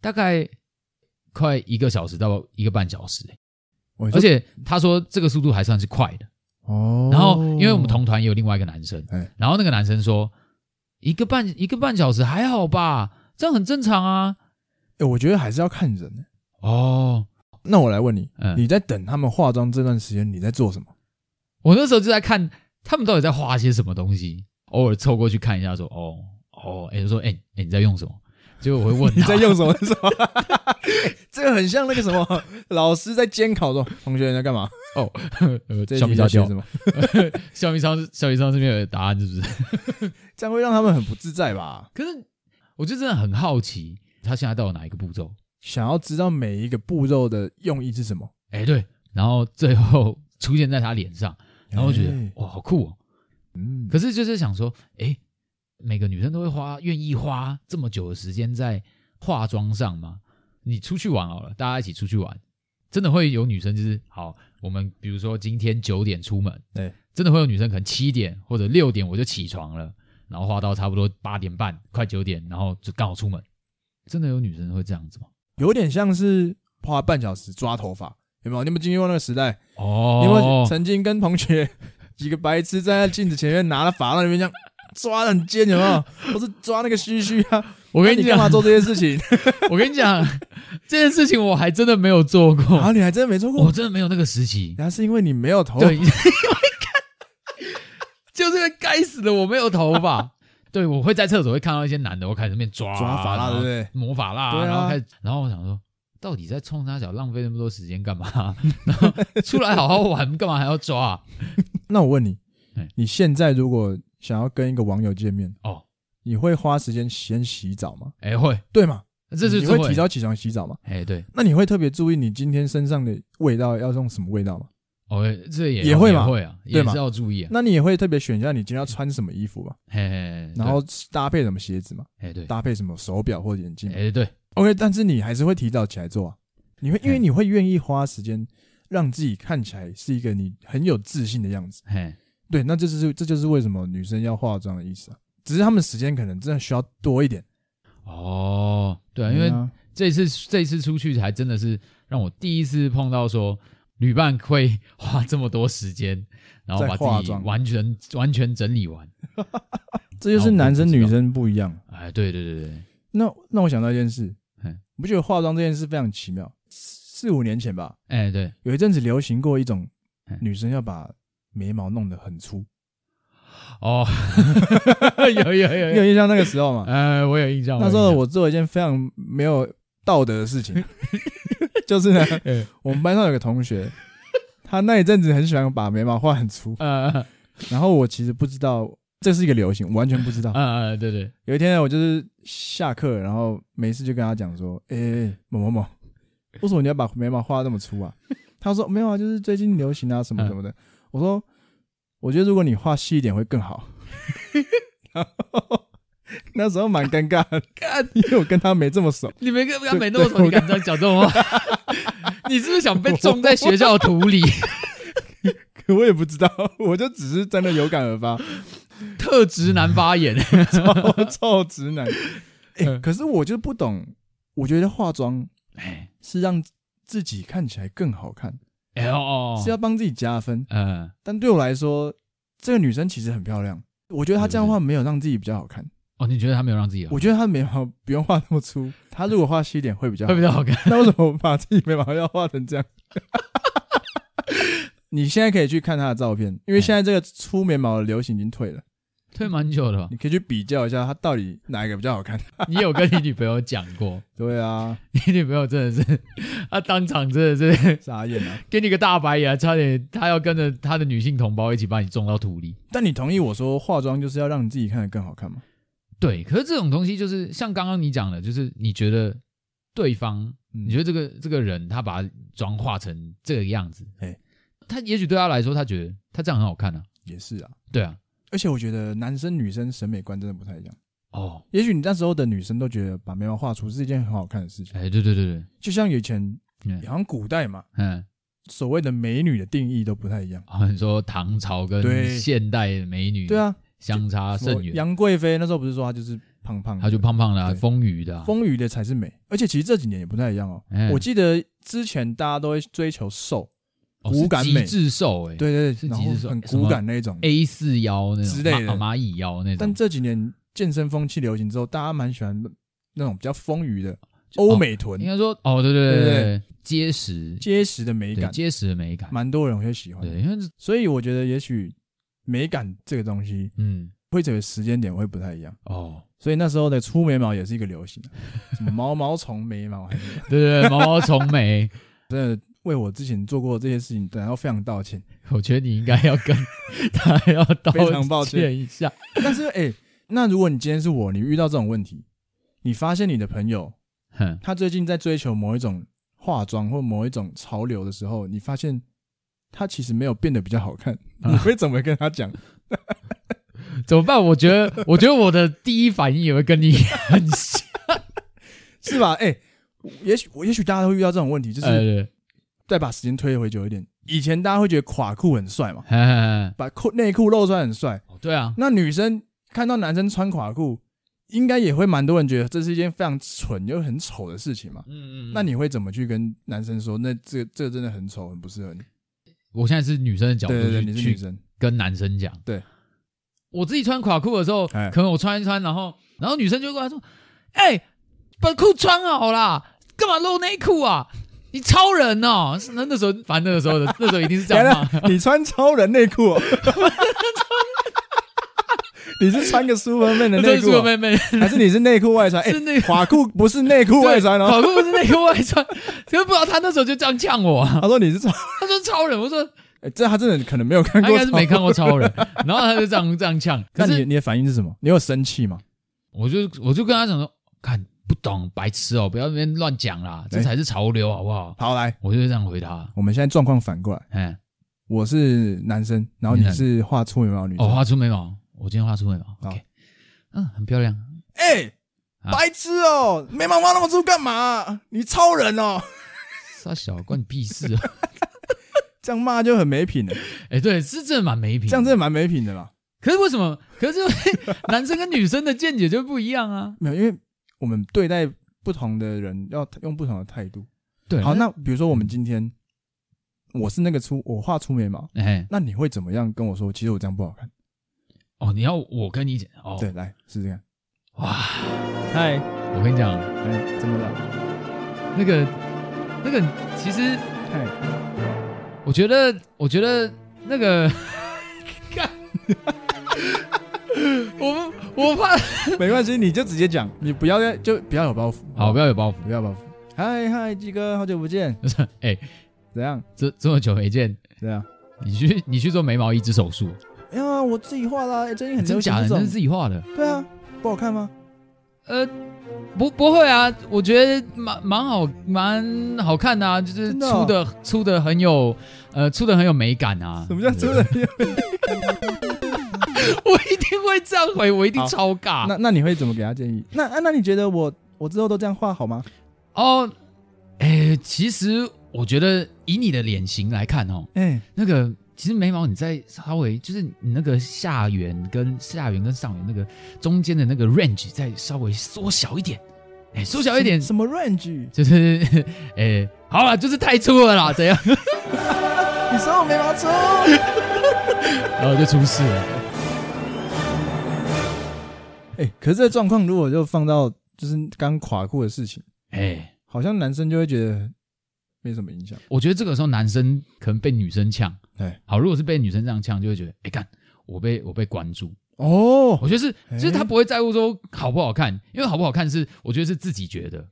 Speaker 2: 大概快一个小时到一个半小时、欸
Speaker 1: 我
Speaker 2: 而且他说这个速度还算是快的。
Speaker 1: 哦，
Speaker 2: 然后因为我们同团也有另外一个男生
Speaker 1: 哎，
Speaker 2: 然后那个男生说一个半一个半小时还好吧，这样很正常啊。
Speaker 1: 哎，我觉得还是要看人。欸
Speaker 2: 哦，
Speaker 1: 那我来问你，
Speaker 2: 嗯
Speaker 1: 你在等他们化妆这段时间，你在做什么？
Speaker 2: 我那时候就在看他们到底在画些什么东西，偶尔凑过去看一下说，哦哦，哎、就说哎、哎你在用什么？结果我会问
Speaker 1: 你
Speaker 2: 他
Speaker 1: 在用什么？什 么？这个很像那个什么老师在监考中，同学你在干嘛？
Speaker 2: 哦， 呃
Speaker 1: 这一
Speaker 2: 橡
Speaker 1: 题
Speaker 2: 皮
Speaker 1: 在
Speaker 2: 擦
Speaker 1: 学
Speaker 2: 掉
Speaker 1: 什，么？
Speaker 2: 橡皮擦橡皮擦这边有答案是不 是？
Speaker 1: 这样会让他们很不自在吧？
Speaker 2: 可是我就真的很好奇，他现在到了哪一个步骤？
Speaker 1: 想要知道每一个步骤的用意是什么？
Speaker 2: 哎、对，然后最后出现在他脸上，然后我觉得、
Speaker 1: 哎
Speaker 2: 哇，好酷哦！
Speaker 1: 嗯，
Speaker 2: 可是就是想说，哎，每个女生都会花愿意花这么久的时间在化妆上吗？你出去玩好了，大家一起出去玩，真的会有女生就是好，我们比如说今天九点出门，
Speaker 1: 对，
Speaker 2: 真的会有女生可能七点或者六点我就起床了，然后花到差不多八点半快九点，然后就刚好出门，真的有女生会这样子吗？
Speaker 1: 有点像是花半小时抓头发，有没有？你们经历过那个时代？
Speaker 2: 哦，
Speaker 1: 你有没有曾经跟同学几个白痴站在镜子前面拿了发到里面这样抓得很尖，有没 有？或是抓那个须须啊？
Speaker 2: 我跟
Speaker 1: 那
Speaker 2: 你
Speaker 1: 你干
Speaker 2: 讲，
Speaker 1: 嘛做这些事 情？
Speaker 2: 我跟你讲这件事情我还真的没有做
Speaker 1: 然后
Speaker 2: 过，
Speaker 1: 你还真的没做
Speaker 2: 我
Speaker 1: 过，
Speaker 2: 真的没有那个时期。
Speaker 1: 那是因为你没有头。
Speaker 2: 对， 因为就是因为该死的我没有头 发。对，我会在厕所会看到一些男的，我开始在那边抓啊
Speaker 1: 抓发蜡
Speaker 2: 然后
Speaker 1: 对不对
Speaker 2: 抹发蜡，
Speaker 1: 对啊
Speaker 2: 然后开始，然后我想说，到底在冲他脚浪费那么多时间干嘛？ 然后出来好好玩，干嘛还要抓、啊
Speaker 1: 那我问你
Speaker 2: 哎，
Speaker 1: 你现在如果想要跟一个网友见面，
Speaker 2: 哦，
Speaker 1: 你会花时间先洗澡吗？
Speaker 2: 哎、会，
Speaker 1: 对吗？
Speaker 2: 这就是
Speaker 1: 你会提早起床洗澡吗？
Speaker 2: 哎、对，
Speaker 1: 那你会特别注意你今天身上的味道要用什么味道吗？
Speaker 2: 哦，这也
Speaker 1: 也会嘛
Speaker 2: 会啊，
Speaker 1: 对
Speaker 2: 也
Speaker 1: 嘛
Speaker 2: 是要注意啊。
Speaker 1: 那你也会特别选一下你今天要穿什么衣服吗？
Speaker 2: 嘿嘿嘿，
Speaker 1: 然后搭配什么鞋子嘛？
Speaker 2: 对哎、对，
Speaker 1: 搭配什么手表或者眼镜
Speaker 2: 哎、对，
Speaker 1: ？OK，但是你还是会提早起来做啊。你会因为你会愿意花时间让自己看起来是一个你很有自信的样子。
Speaker 2: 嘿，
Speaker 1: 对，那这就是这就是为什么女生要化妆的意思啊。只是她们时间可能真的需要多一点，
Speaker 2: 哦，对啊，因为
Speaker 1: 对啊
Speaker 2: 这次这次出去还真的是让我第一次碰到说旅伴会花这么多时间，然后把
Speaker 1: 在化
Speaker 2: 自己
Speaker 1: 妆
Speaker 2: 完全完全整理完。
Speaker 1: 这就是男生女生不一样。
Speaker 2: 哎，对对对对，
Speaker 1: 那那我想到一件事
Speaker 2: 嗯，
Speaker 1: 你不觉得化妆这件事非常奇妙？四四五年前吧，
Speaker 2: 哎对，
Speaker 1: 有一阵子流行过一种
Speaker 2: 嗯
Speaker 1: 女生要把眉毛弄得很粗，
Speaker 2: 哦，有有有
Speaker 1: 你
Speaker 2: 有
Speaker 1: 有印象那个时候吗？
Speaker 2: 呃，我有印象。
Speaker 1: 那时候
Speaker 2: 有印象
Speaker 1: 我做一件非常没有道德的事情，就是呢
Speaker 2: 嗯，
Speaker 1: 我们班上有个同学，他那一阵子很喜欢把眉毛画很粗，
Speaker 2: 呃呃
Speaker 1: 然后我其实不知道这是一个流行，我完全不知道。
Speaker 2: 呃，呃对对，
Speaker 1: 有一天呢，我就是下课，然后没事就跟他讲说：“哎、欸某某某，为什么你要把眉毛画得那么粗啊？”他说：“没有啊，就是最近流行啊，什么什么的。我说：“我觉得如果你画细一点会更好。”然后 那时候蛮尴尬的，因为我跟他没这么熟。
Speaker 2: 你没跟他没那么熟，你敢这样讲这种话？ 你是不是想被种在学校的土 里？
Speaker 1: 可我也不知道， 我就只是真的有感而发，
Speaker 2: 特直男发言，
Speaker 1: 超超直男。哎、
Speaker 2: 嗯
Speaker 1: 可是我就不懂，我觉得化妆
Speaker 2: 哎
Speaker 1: 是让自己看起来更好看，
Speaker 2: 哎哦，
Speaker 1: 是要啊帮自己加分。
Speaker 2: 嗯
Speaker 1: 但对我来说，这个女生其实很漂亮，我觉得她这样画没有让自己比较好看。
Speaker 2: 哦，你觉得他没有让自己好
Speaker 1: 我觉得她眉毛不用画那么粗，她如果画细一点会比较好
Speaker 2: 会。比较好看？
Speaker 1: 那为什么我把自己眉毛要画成这样？ 你现在可以去看她的照片，因为现在这个粗眉毛的流行已经退了，
Speaker 2: 退蛮久了吧
Speaker 1: 你？可以去比较一下她到底哪一个比较好 看。
Speaker 2: 你有跟你女朋友讲过？
Speaker 1: 对啊，
Speaker 2: 你女朋友真的是，她当场真的是
Speaker 1: 傻眼啊！
Speaker 2: 给你个大白眼，差点她要跟着她的女性同胞一起把你种到土里。
Speaker 1: 但你同意我说化妆就是要让你自己看得更好看吗？
Speaker 2: 对，可是这种东西就是像刚刚你讲的，就是你觉得对方，
Speaker 1: 嗯
Speaker 2: 你觉得这个这个人他把妆化成这个样子，
Speaker 1: 哎
Speaker 2: 他也许对他来说，他觉得他这样很好看啊，
Speaker 1: 也是啊，
Speaker 2: 对啊，
Speaker 1: 而且我觉得男生女生审美观真的不太一样。
Speaker 2: 哦，
Speaker 1: 也许你那时候的女生都觉得把眉毛画粗是一件很好看的事情，
Speaker 2: 哎，对对对对，
Speaker 1: 就像以前
Speaker 2: 嗯
Speaker 1: 好像古代嘛，
Speaker 2: 嗯，
Speaker 1: 所谓的美女的定义都不太一样。
Speaker 2: 啊，你说唐朝跟
Speaker 1: 对
Speaker 2: 现代美女
Speaker 1: 对啊，
Speaker 2: 相差
Speaker 1: 什
Speaker 2: 甚
Speaker 1: 么
Speaker 2: 远，
Speaker 1: 杨贵妃那时候不是说她就是胖胖的，
Speaker 2: 啊她就胖胖的、啊，
Speaker 1: 对
Speaker 2: 丰腴的、啊，
Speaker 1: 丰腴的才是美，而且其实这几年也不太一样哦。
Speaker 2: 嗯
Speaker 1: 我记得之前大家都会追求瘦，
Speaker 2: 哦是
Speaker 1: 骨感美
Speaker 2: 极致瘦哎、
Speaker 1: 对对
Speaker 2: 是
Speaker 1: 对，然后
Speaker 2: 极致瘦
Speaker 1: 很
Speaker 2: 什么
Speaker 1: 骨感那一种。
Speaker 2: ，A 四腰那种
Speaker 1: 之类的
Speaker 2: 蚂蚂蚁腰那
Speaker 1: 但
Speaker 2: 种，
Speaker 1: 这几年健身风气流行之后，大家蛮喜欢那种比较丰腴的欧美臀
Speaker 2: 应，该说哦，对对
Speaker 1: 对
Speaker 2: 对
Speaker 1: 对
Speaker 2: 对，结实，
Speaker 1: 结实的美
Speaker 2: 对
Speaker 1: 感，
Speaker 2: 结实的美感，
Speaker 1: 蛮多人会喜欢的。
Speaker 2: 对，因为这
Speaker 1: 所以我觉得也许美感这个东西
Speaker 2: 嗯
Speaker 1: 会这个时间点会不太一样，
Speaker 2: 哦，
Speaker 1: 所以那时候的粗眉毛也是一个流 行，啊什么毛毛虫眉毛还是什么，
Speaker 2: 对对对，毛毛虫眉，
Speaker 1: 真的为我之前做过这些事情感到非常道歉。
Speaker 2: 我觉得你应该要跟他要道
Speaker 1: 非常抱歉
Speaker 2: 歉一下。
Speaker 1: 但是哎、那如果你今天是我，你遇到这种问题，你发现你的朋友
Speaker 2: 哼，
Speaker 1: 他最近在追求某一种化妆或某一种潮流的时候，你发现他其实没有变得比较好看，
Speaker 2: 啊
Speaker 1: 你会怎么跟他讲？
Speaker 2: 怎么办？我觉得， 我觉得我的第一反应也会跟你很像。
Speaker 1: 是 吧？哎、也许我也许大家都会遇到这种问题，就是。
Speaker 2: 呃，
Speaker 1: 再把时间推回久一点，以前大家会觉得垮裤很帅嘛，
Speaker 2: 哎
Speaker 1: 把裤内裤露出来很帅。
Speaker 2: 对啊，
Speaker 1: 那女生看到男生穿垮裤，应该也会蛮多人觉得这是一件非常蠢又很丑的事情嘛。
Speaker 2: 嗯嗯。
Speaker 1: 那你会怎么去跟男生说？那这这真的很丑，很不适合你。
Speaker 2: 我现在是女生的角度
Speaker 1: 对对对，
Speaker 2: 去
Speaker 1: 你是女
Speaker 2: 去
Speaker 1: 生，
Speaker 2: 跟男生讲，
Speaker 1: 对，
Speaker 2: 我自己穿垮裤的时候，
Speaker 1: 哎
Speaker 2: 可能我穿一穿，然后然后女生就会过来说：“哎、把裤穿好啦，干嘛露内裤啊？你超人哦！”是那那时候，反正那个时候的那时候一定是这样骂。
Speaker 1: 等一 下你穿超人内裤、 哦，你是穿个 Superman 的
Speaker 2: 那
Speaker 1: 内
Speaker 2: 是
Speaker 1: 裤、
Speaker 2: 个
Speaker 1: 哦，
Speaker 2: 妹妹，
Speaker 1: 还是你是内裤外穿？哎、
Speaker 2: 是内
Speaker 1: 垮裤不是内裤外穿哦。
Speaker 2: 跑酷是内裤外穿，可是不知道他那时候就这样呛我、啊。
Speaker 1: 他说你是超，
Speaker 2: 他说超人，我说
Speaker 1: 哎这他真的可能没有看
Speaker 2: 他
Speaker 1: 过，
Speaker 2: 应该是没看过超人，然后他就这样这样呛。
Speaker 1: 那
Speaker 2: 可
Speaker 1: 你
Speaker 2: 是
Speaker 1: 你的反应是什么？你有生气吗？
Speaker 2: 我就我就跟他讲说，看不懂白痴哦，不要在那边乱讲啦，这
Speaker 1: 哎
Speaker 2: 才是潮流好不好？
Speaker 1: 好，来，
Speaker 2: 我就这样回他，
Speaker 1: 我们现在状况反过来，
Speaker 2: 哎，
Speaker 1: 我是男生，然后
Speaker 2: 你
Speaker 1: 你
Speaker 2: 男
Speaker 1: 是画粗眉毛的女
Speaker 2: 哦，
Speaker 1: 生，
Speaker 2: 画出眉毛，我今天画出眉毛，OK，嗯，很漂亮。
Speaker 1: 哎，
Speaker 2: 啊
Speaker 1: 白痴哦，眉毛画那么粗干嘛？你超人哦，
Speaker 2: 傻小，关你 屁事啊！
Speaker 1: 这样骂就很没品的，
Speaker 2: 哎，对，是真的蛮没品。
Speaker 1: 这样真的，蛮没品的啦。
Speaker 2: 可是为什么？可是男生跟女生的见解就不一样啊。
Speaker 1: 没有，因为我们对待不同的人要用不同的态度。
Speaker 2: 对，
Speaker 1: 好，那比如说我们今天，我是那个粗，我画粗眉毛，
Speaker 2: 哎，
Speaker 1: 那你会怎么样跟我说？其实我这样不好看。
Speaker 2: 哦，你要我跟你讲，哦，
Speaker 1: 对，来试试看。
Speaker 2: 哇，
Speaker 1: 嗨，
Speaker 2: 我跟你讲，
Speaker 1: 哎，怎么了？
Speaker 2: 那个那个，其实
Speaker 1: 嗨，
Speaker 2: 我觉得，我觉得那个， 干， 我我怕
Speaker 1: 没关系，你就直接讲，你不要就不要有包袱。
Speaker 2: 好，不要有包袱。
Speaker 1: 不要包袱。嗨嗨，鸡哥，好久不见。
Speaker 2: 哎
Speaker 1: 怎样？
Speaker 2: 这这么久没见，
Speaker 1: 怎样？
Speaker 2: 你去你去做眉毛移植手 术，
Speaker 1: 哎呀，我自己画啦，哎最近很
Speaker 2: 真
Speaker 1: 流行
Speaker 2: 假的？
Speaker 1: 这
Speaker 2: 那是
Speaker 1: 种
Speaker 2: 自己画的？
Speaker 1: 对啊，不好看吗？
Speaker 2: 呃，不不会啊，我觉得蛮蛮好蛮好看的啊，就是
Speaker 1: 真的哦
Speaker 2: 出的出的很有呃出的很有美感啊。
Speaker 1: 什么叫真的？
Speaker 2: 我一定会这样回，我一定
Speaker 1: 好
Speaker 2: 超尬。
Speaker 1: 那那你会怎么给他建议？那啊那你觉得我我之后都这样画好吗？
Speaker 2: 哦，哎，其实我觉得以你的脸型来看哦，
Speaker 1: 哎，
Speaker 2: 那个其实眉毛你再稍微就是你那个下缘跟下缘跟上缘那个中间的那个 range 再稍微缩小一点，哎，缩小一点
Speaker 1: 什么 range？
Speaker 2: 就是，哎、好了，就是太粗了啦，怎样？
Speaker 1: 你说我眉毛粗？
Speaker 2: 然后就出事了。
Speaker 1: 哎，可是这个状况如果就放到就是刚垮裤的事情，
Speaker 2: 哎、
Speaker 1: 好像男生就会觉得没什么影响。
Speaker 2: 我觉得这个时候男生可能被女生呛，
Speaker 1: 对，
Speaker 2: 好，如果是被女生这样呛，就会觉得，哎、干，我被我被关注。
Speaker 1: 哦，
Speaker 2: 我觉得是，
Speaker 1: 哎
Speaker 2: 就是他不会在乎说好不好看，因为好不好看是我觉得是自己觉得，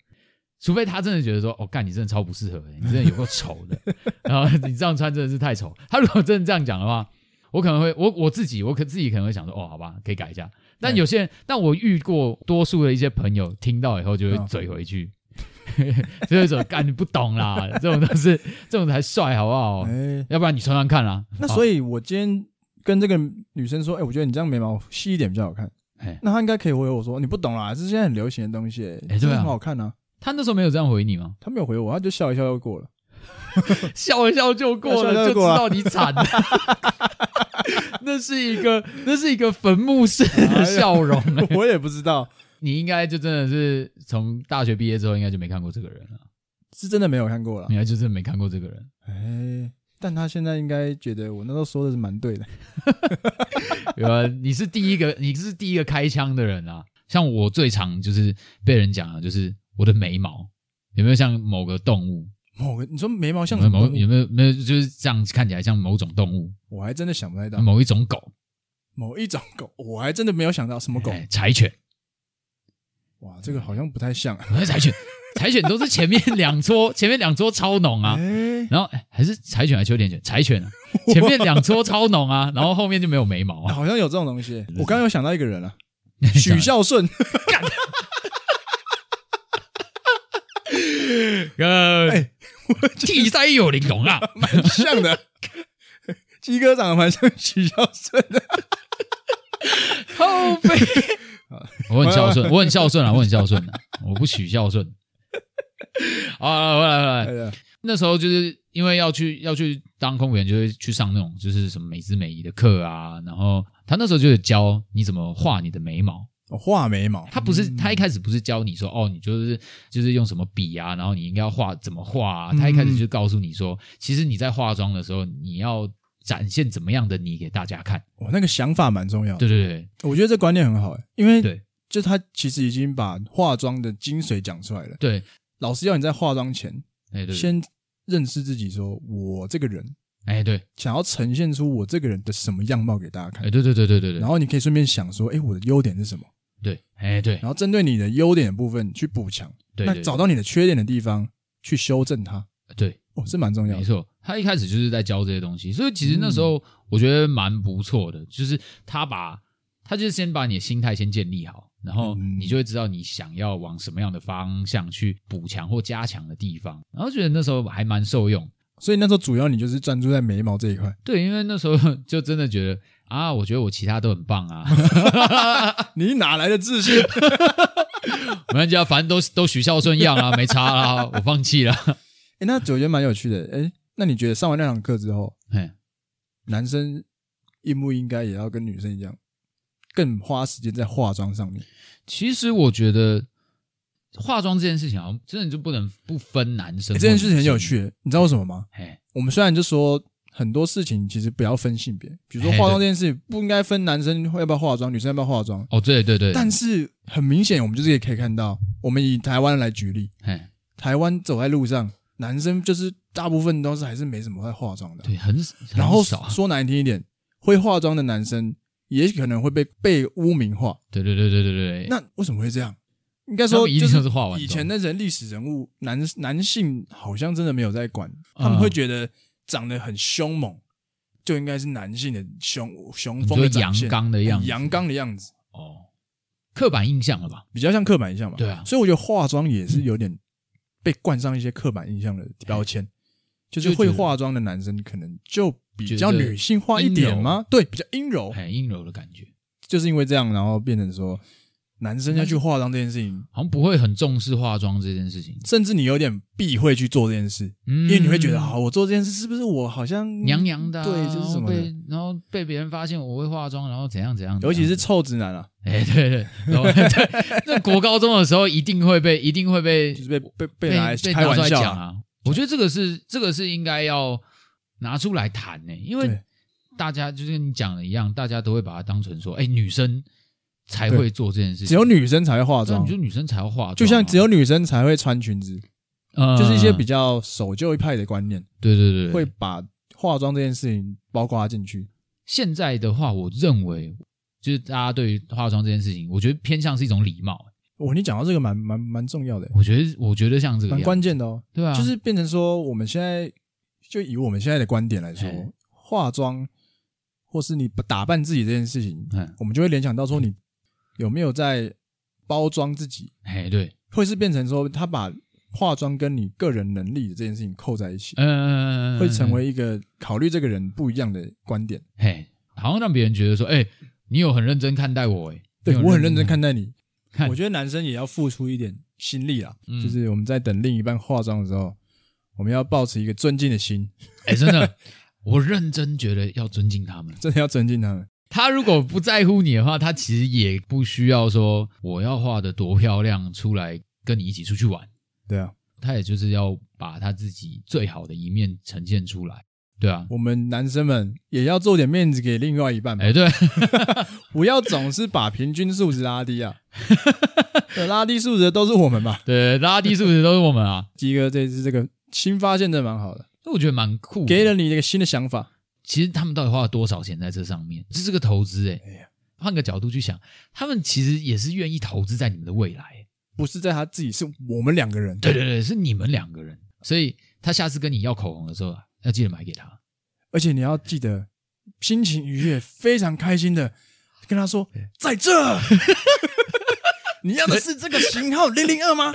Speaker 2: 除非他真的觉得说，哦，干你真的超不适合的，欸你真的有够丑 的，然后你这样穿真的是太丑。他如果真的这样讲的话，我可能会，我我自己，我可自己可能会想说，哦，好吧，可以改一下。但
Speaker 1: 对
Speaker 2: 有些人，但我遇过多数的一些朋友听到以后就会
Speaker 1: 嗯
Speaker 2: 嘴回去， 就会说，干你不懂啦，这种都是这种才帅好不好？
Speaker 1: 哎，
Speaker 2: 要不然你穿穿看啦。
Speaker 1: 那
Speaker 2: 哦好
Speaker 1: 所以，我今天跟这个女生说，哎、我觉得你这样眉毛细一点比较好看
Speaker 2: 哎。
Speaker 1: 那她应该可以回我说，你不懂啊啦，这是现在很流行的东西、欸，
Speaker 2: 哎对啊
Speaker 1: 这很好看啊。
Speaker 2: 他那时候没有这样回你吗？
Speaker 1: 她没有回我，她就笑一笑就过了。
Speaker 2: 笑一笑就过
Speaker 1: 笑一笑
Speaker 2: 了，
Speaker 1: 就
Speaker 2: 就知
Speaker 1: 过了
Speaker 2: 道 你惨了。那是一个，那是一个坟墓式的笑容。
Speaker 1: 我也不知道，
Speaker 2: 你应该就真的是从大学毕业之后，应该就没看过这个人了。
Speaker 1: 是真的没有看过了
Speaker 2: 你。应该就真的没看过这个人。
Speaker 1: 哎、但她现在应该觉得我那时候说的是蛮对的。
Speaker 2: 呃，你是第一个，你是第一个开枪的人啊。像我最常就是被人讲啊，就是我的眉毛有没有像某个动物？
Speaker 1: 某个，你说眉毛
Speaker 2: 有
Speaker 1: 像什
Speaker 2: 没有
Speaker 1: 么
Speaker 2: 某
Speaker 1: 动
Speaker 2: 有
Speaker 1: 物？
Speaker 2: 没有没有就是这样看起来像某种动物，
Speaker 1: 我还真的想不太到。
Speaker 2: 某一种狗，
Speaker 1: 某一种狗， 我还真的没有想到什么狗。
Speaker 2: 哎柴犬。
Speaker 1: 哇，这个好像不太像。
Speaker 2: 我是柴犬，柴犬都是前面两撮，前面两撮超浓啊，
Speaker 1: 哎、
Speaker 2: 然后哎还是柴犬还是秋田犬，柴犬 啊，前面两撮超浓啊，然后后面就没有眉毛 啊。
Speaker 1: 好像有这种东西。我刚刚有想到一个人 啊，许
Speaker 2: 取笑，
Speaker 1: 孝顺。
Speaker 2: 呃，
Speaker 1: 哎
Speaker 2: 替塞有玲珑啊，
Speaker 1: 蛮像的。 鸡哥长得蛮像许孝顺的，
Speaker 2: 后背， 我很孝顺，我很孝顺啊，我很孝顺啊，我不许孝顺。 啊，回来回来，
Speaker 1: 哎呀，
Speaker 2: 那时候就是因为要去要去当空服员，就会去上那种就是什么美姿美仪的课啊，然后他那时候就有教你怎么画你的眉毛。
Speaker 1: 我画眉毛，嗯
Speaker 2: 他不是他一开始不是教你说哦，你就是就是用什么笔啊，然后你应该要画怎么画啊。
Speaker 1: 嗯
Speaker 2: 他一开始就告诉你说，其实你在化妆的时候，你要展现怎么样的你给大家看。
Speaker 1: 我那个想法蛮重要的。
Speaker 2: 对对对
Speaker 1: 我觉得这观念很好、欸，因为
Speaker 2: 对
Speaker 1: 就他其实已经把化妆的精髓讲出来了。
Speaker 2: 对，
Speaker 1: 老师要你在化妆前
Speaker 2: 哎对，
Speaker 1: 先认识自己，说我这个人
Speaker 2: 哎对
Speaker 1: 想要呈现出我这个人的什么样貌给大家看
Speaker 2: 哎，对对对对对
Speaker 1: 然
Speaker 2: 对
Speaker 1: 后你可以顺便想说，哎，我的优点是什么？
Speaker 2: 对，哎对
Speaker 1: 然后针对你的优点的部分去补强，
Speaker 2: 对，
Speaker 1: 那
Speaker 2: 对
Speaker 1: 找到你的缺点的地方去修正它，
Speaker 2: 对，
Speaker 1: 哦，这蛮重要
Speaker 2: 没
Speaker 1: 的。
Speaker 2: 错，他一开始就是在教这些东西，所以其实那
Speaker 1: 嗯
Speaker 2: 时候我觉得蛮不错的，就是他把他就是先把你的心态先建立好，然后
Speaker 1: 嗯
Speaker 2: 你就会知道你想要往什么样的方向去补强或加强的地方，然后觉得那时候还蛮受用。
Speaker 1: 所以那时候主要你就是专注在眉毛这 一块。
Speaker 2: 对，因为那时候就真的觉得啊，我觉得我其他都很棒啊，
Speaker 1: 你哪来的自信？
Speaker 2: 没人家反正都都许孝顺样啊，没差啦，我放弃了。
Speaker 1: 哎、那我觉得蛮有趣的。哎、那你觉得上完那堂课之后，
Speaker 2: 嘿
Speaker 1: 男生应不应该也要跟女生一样，更花时间在化妆上面？
Speaker 2: 其实我觉得化妆这件事情好像真的就不能不分男生、
Speaker 1: 诶这件事情很有。趣，你知道为什么吗？
Speaker 2: 哎，
Speaker 1: 我们虽然就说很多事情其实不要分性别，比如说
Speaker 2: 嘿
Speaker 1: 化妆这件事不应该分男生要不要化妆，女生要不要化妆。
Speaker 2: 哦，对对对，
Speaker 1: 但是很明显，我们就是也可以看到，我们以台湾来举例，
Speaker 2: 哎，
Speaker 1: 台湾走在路上，男生就是大部分都是还是没什么会化妆的啊、
Speaker 2: 对，很
Speaker 1: 然后
Speaker 2: 很少，
Speaker 1: 说难听一点，会化妆的男生也可能会被被污名化。
Speaker 2: 对对对对对对，
Speaker 1: 那为什么会这样？应该
Speaker 2: 他
Speaker 1: 说
Speaker 2: 们一
Speaker 1: 就
Speaker 2: 定
Speaker 1: 是
Speaker 2: 都是画完
Speaker 1: 以前
Speaker 2: 的，
Speaker 1: 那人历史人物男男性好像真的没有在管，他们
Speaker 2: 嗯
Speaker 1: 会觉得长得很凶猛就应该是男性的雄雄
Speaker 2: 你
Speaker 1: 风
Speaker 2: 说
Speaker 1: 的展
Speaker 2: 阳
Speaker 1: 现，
Speaker 2: 刚的样子，
Speaker 1: 阳刚的样子，
Speaker 2: 哦，刻板印象了吧？
Speaker 1: 比较像刻板印象嘛。
Speaker 2: 对啊
Speaker 1: 所以我觉得化妆也是有点被冠上一些刻板印象的标签，就是
Speaker 2: 嗯就觉
Speaker 1: 会
Speaker 2: 得
Speaker 1: 化妆的男生可能就比较
Speaker 2: 觉得哎
Speaker 1: 女性化一点吗？对，比较阴柔，
Speaker 2: 很阴柔的感觉，
Speaker 1: 就是因为这样，然后变成说男生要去化妆这件事情，
Speaker 2: 好像不会很重视化妆这件事情，
Speaker 1: 甚至你有点避讳去做这件事，
Speaker 2: 嗯，
Speaker 1: 因为你会觉得，啊好，我做这件事是不是我好像
Speaker 2: 娘娘的啊、
Speaker 1: 对，就是什么的
Speaker 2: 被，然后被别人发现我会化妆，然后怎样怎样，
Speaker 1: 尤其是
Speaker 2: 怎样
Speaker 1: 臭直男啊，
Speaker 2: 哎、对对，然后对，那国高中的时候一定会被，一定会被
Speaker 1: 就是被被
Speaker 2: 被
Speaker 1: 被拿来
Speaker 2: 被
Speaker 1: 开
Speaker 2: 拿出
Speaker 1: 玩
Speaker 2: 来
Speaker 1: 笑
Speaker 2: 讲
Speaker 1: 啊，
Speaker 2: 啊。我觉得这个是这个是应该要拿出来谈呢、因为
Speaker 1: 对
Speaker 2: 大家就跟你讲的一样，大家都会把它当成说，哎、女生才会做这件事情，
Speaker 1: 只有女生才会化
Speaker 2: 对啊，
Speaker 1: 妆
Speaker 2: 你就，女生才要化妆啊、
Speaker 1: 就像只有女生才会穿裙子，
Speaker 2: 呃
Speaker 1: 就是一些比较守旧一派的观念，
Speaker 2: 对对对对
Speaker 1: 会把化妆这件事情包括进去。
Speaker 2: 现在的话，我认为就是大家对于化妆这件事情，我觉得偏向是一种礼貌。
Speaker 1: 哦，你讲到这个蛮蛮蛮重要的，
Speaker 2: 我觉得，我觉得像这个
Speaker 1: 蛮
Speaker 2: 样
Speaker 1: 关键的哦。
Speaker 2: 对啊，
Speaker 1: 就是变成说，我们现在就以我们现在的观点来说
Speaker 2: 嗯，
Speaker 1: 化妆或是你打扮自己这件事情，
Speaker 2: 嗯，
Speaker 1: 我们就会联想到说，你有没有在包装自己，
Speaker 2: 哎，对，
Speaker 1: 会是变成说，他把化妆跟你个人能力的这件事情扣在一起，
Speaker 2: 嗯、
Speaker 1: 会成为一个考虑这个人不一样的观点。
Speaker 2: 嘿，好像让别人觉得说，哎、你有很认真看待我、哎，
Speaker 1: 对
Speaker 2: 你有
Speaker 1: 我很认真看待你
Speaker 2: 看，
Speaker 1: 我觉得男生也要付出一点心力啦，
Speaker 2: 嗯
Speaker 1: 就是我们在等另一半化妆的时候，我们要保持一个尊敬的心，
Speaker 2: 哎、真的，我认真觉得要尊敬他们。
Speaker 1: 真的要尊敬他们。
Speaker 2: 他如果不在乎你的话，他其实也不需要说我要画的多漂亮出来跟你一起出去玩，
Speaker 1: 对啊，
Speaker 2: 他也就是要把他自己最好的一面呈现出来。对啊，
Speaker 1: 我们男生们也要做点面子给另外一半吧，
Speaker 2: 哎、对，
Speaker 1: 不要总是把平均数值拉低 啊。对拉低数值的都是我们吧？
Speaker 2: 对，拉低素质都是我们啊，
Speaker 1: 鸡哥这次这个新发现真的蛮好的，
Speaker 2: 所以我觉得蛮酷的。
Speaker 1: 给了你一个新的想法。
Speaker 2: 其实他们到底花了多少钱在这上面？这是个投资哎、
Speaker 1: 哎呀
Speaker 2: 换个角度去想，他们其实也是愿意投资在你们的未来、欸
Speaker 1: 不是在他自己，是我们两个人。
Speaker 2: 对对对，是你们两个人，所以他下次跟你要口红的时候啊，要记得买给他。
Speaker 1: 而且你要记得，心情愉悦、非常开心的跟他说，在这。 你要的是这个型号零零二吗？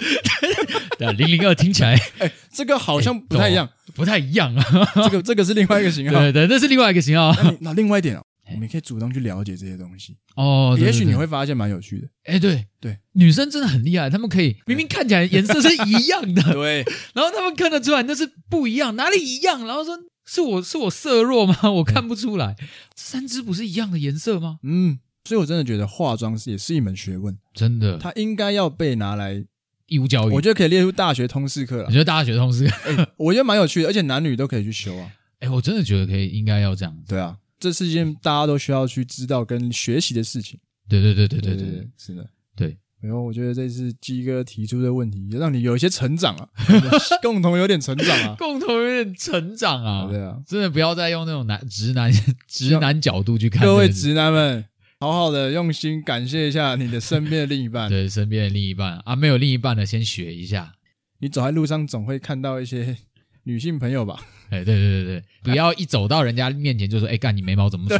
Speaker 2: 对啊，零零二听起 来
Speaker 1: 哎，这个好像不太一样，
Speaker 2: 不太一样 啊。
Speaker 1: 这个这个是另外一个型号。
Speaker 2: 对对，那是另外一个型号啊
Speaker 1: 那你那另外一点哦，我们也可以主动去了解这些东西，
Speaker 2: 哦。对
Speaker 1: 也许你，
Speaker 2: 对
Speaker 1: 会发现蛮有趣的。
Speaker 2: 对哎，对
Speaker 1: 对，
Speaker 2: 女生真的很厉害，她们可以明明看起来颜色是一样的，
Speaker 1: 对，
Speaker 2: 然后她们看得出来那是不一样，哪里一样？然后说是我是我色弱吗？ 我看不出来，这三只不是一样的颜色吗？
Speaker 1: 嗯，所以我真的觉得化妆是也是一门学问，
Speaker 2: 真的，
Speaker 1: 它应该要被拿来，
Speaker 2: 义务教育，
Speaker 1: 我觉得可以列入大学通识课
Speaker 2: 我
Speaker 1: 了。
Speaker 2: 觉得大学同事，
Speaker 1: 我觉得蛮有趣的，而且男女都可以去修啊。
Speaker 2: 哎，我真的觉得可以，应该要这样。
Speaker 1: 对啊，这是一件大家都需要去知道跟学习的事情。
Speaker 2: 对对对对对
Speaker 1: 对
Speaker 2: 对，
Speaker 1: 是的。
Speaker 2: 对，
Speaker 1: 然后我觉得这次鸡哥提出的问题，也让你有一些成长 啊， 共同有点成长啊。
Speaker 2: 共同有点成长啊。
Speaker 1: 对啊，
Speaker 2: 真的不要再用那种男 直 男直男角度去看
Speaker 1: 各位
Speaker 2: 这个事
Speaker 1: 直男们，好好的用心感谢一下你的身边的另一半。
Speaker 2: 对身边的另一半啊，没有另一半的先学一下。
Speaker 1: 你走在路上总会看到一些女性朋友吧，
Speaker 2: 哎，对对对对，不要一走到人家面前就说，哎，干你眉毛怎么粗？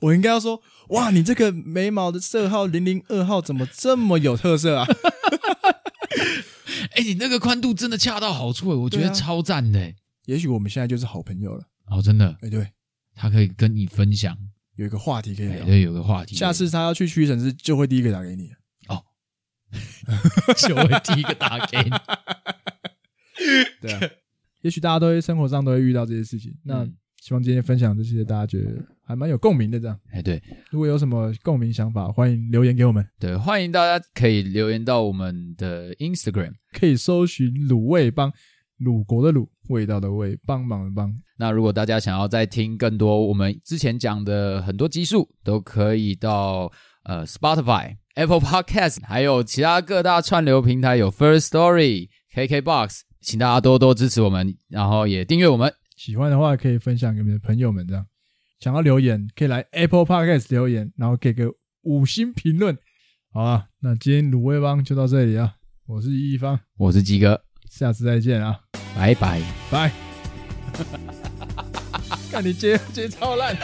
Speaker 1: 我应该要说，哇，你这个眉毛的色号零零二号怎么这么有特色啊？
Speaker 2: 哎，你那个宽度真的恰到好处，哎我觉
Speaker 1: 对
Speaker 2: 得
Speaker 1: 啊
Speaker 2: 超赞的。哎
Speaker 1: 也许我们现在就是好朋友了。
Speaker 2: 哦，真的，
Speaker 1: 哎，对，
Speaker 2: 他可以跟你分享，
Speaker 1: 有一个话题可以
Speaker 2: 哎，
Speaker 1: 聊。
Speaker 2: 对，有个话题，
Speaker 1: 哦下次他要去屈臣氏，就会第一个打给你。
Speaker 2: 就会第一个打 给你。
Speaker 1: 对啊， 也许大家都会生活上都会遇到这些事情。那
Speaker 2: 嗯
Speaker 1: 希望今天分享这些，大家觉得还蛮有共鸣的。这样，
Speaker 2: 哎，对
Speaker 1: 如果有什么共鸣想法，欢迎留言给我们，
Speaker 4: 对，欢迎大家可以留言到我们的 Instagram。
Speaker 1: 可以搜寻“卤味帮”，鲁国的鲁，味道的味，帮忙的帮。
Speaker 4: 那如果大家想要再听更多我们之前讲的很多集数，都可以到呃 Spotify、Apple Podcast，还有其他各大串流平台有 First Story、KKBox、
Speaker 2: 请大家多多支持我们，然后也订阅我们。
Speaker 1: 喜欢的话可以分享给你的朋友们，这样想要留言可以来 Apple Podcast 留言，然后给个五星评论。好了，那今天卤味帮就到这里啊，我是一方，
Speaker 2: 我是鸡哥，
Speaker 1: 下次再见啊，
Speaker 2: 拜拜。
Speaker 1: 拜。看你接接超烂。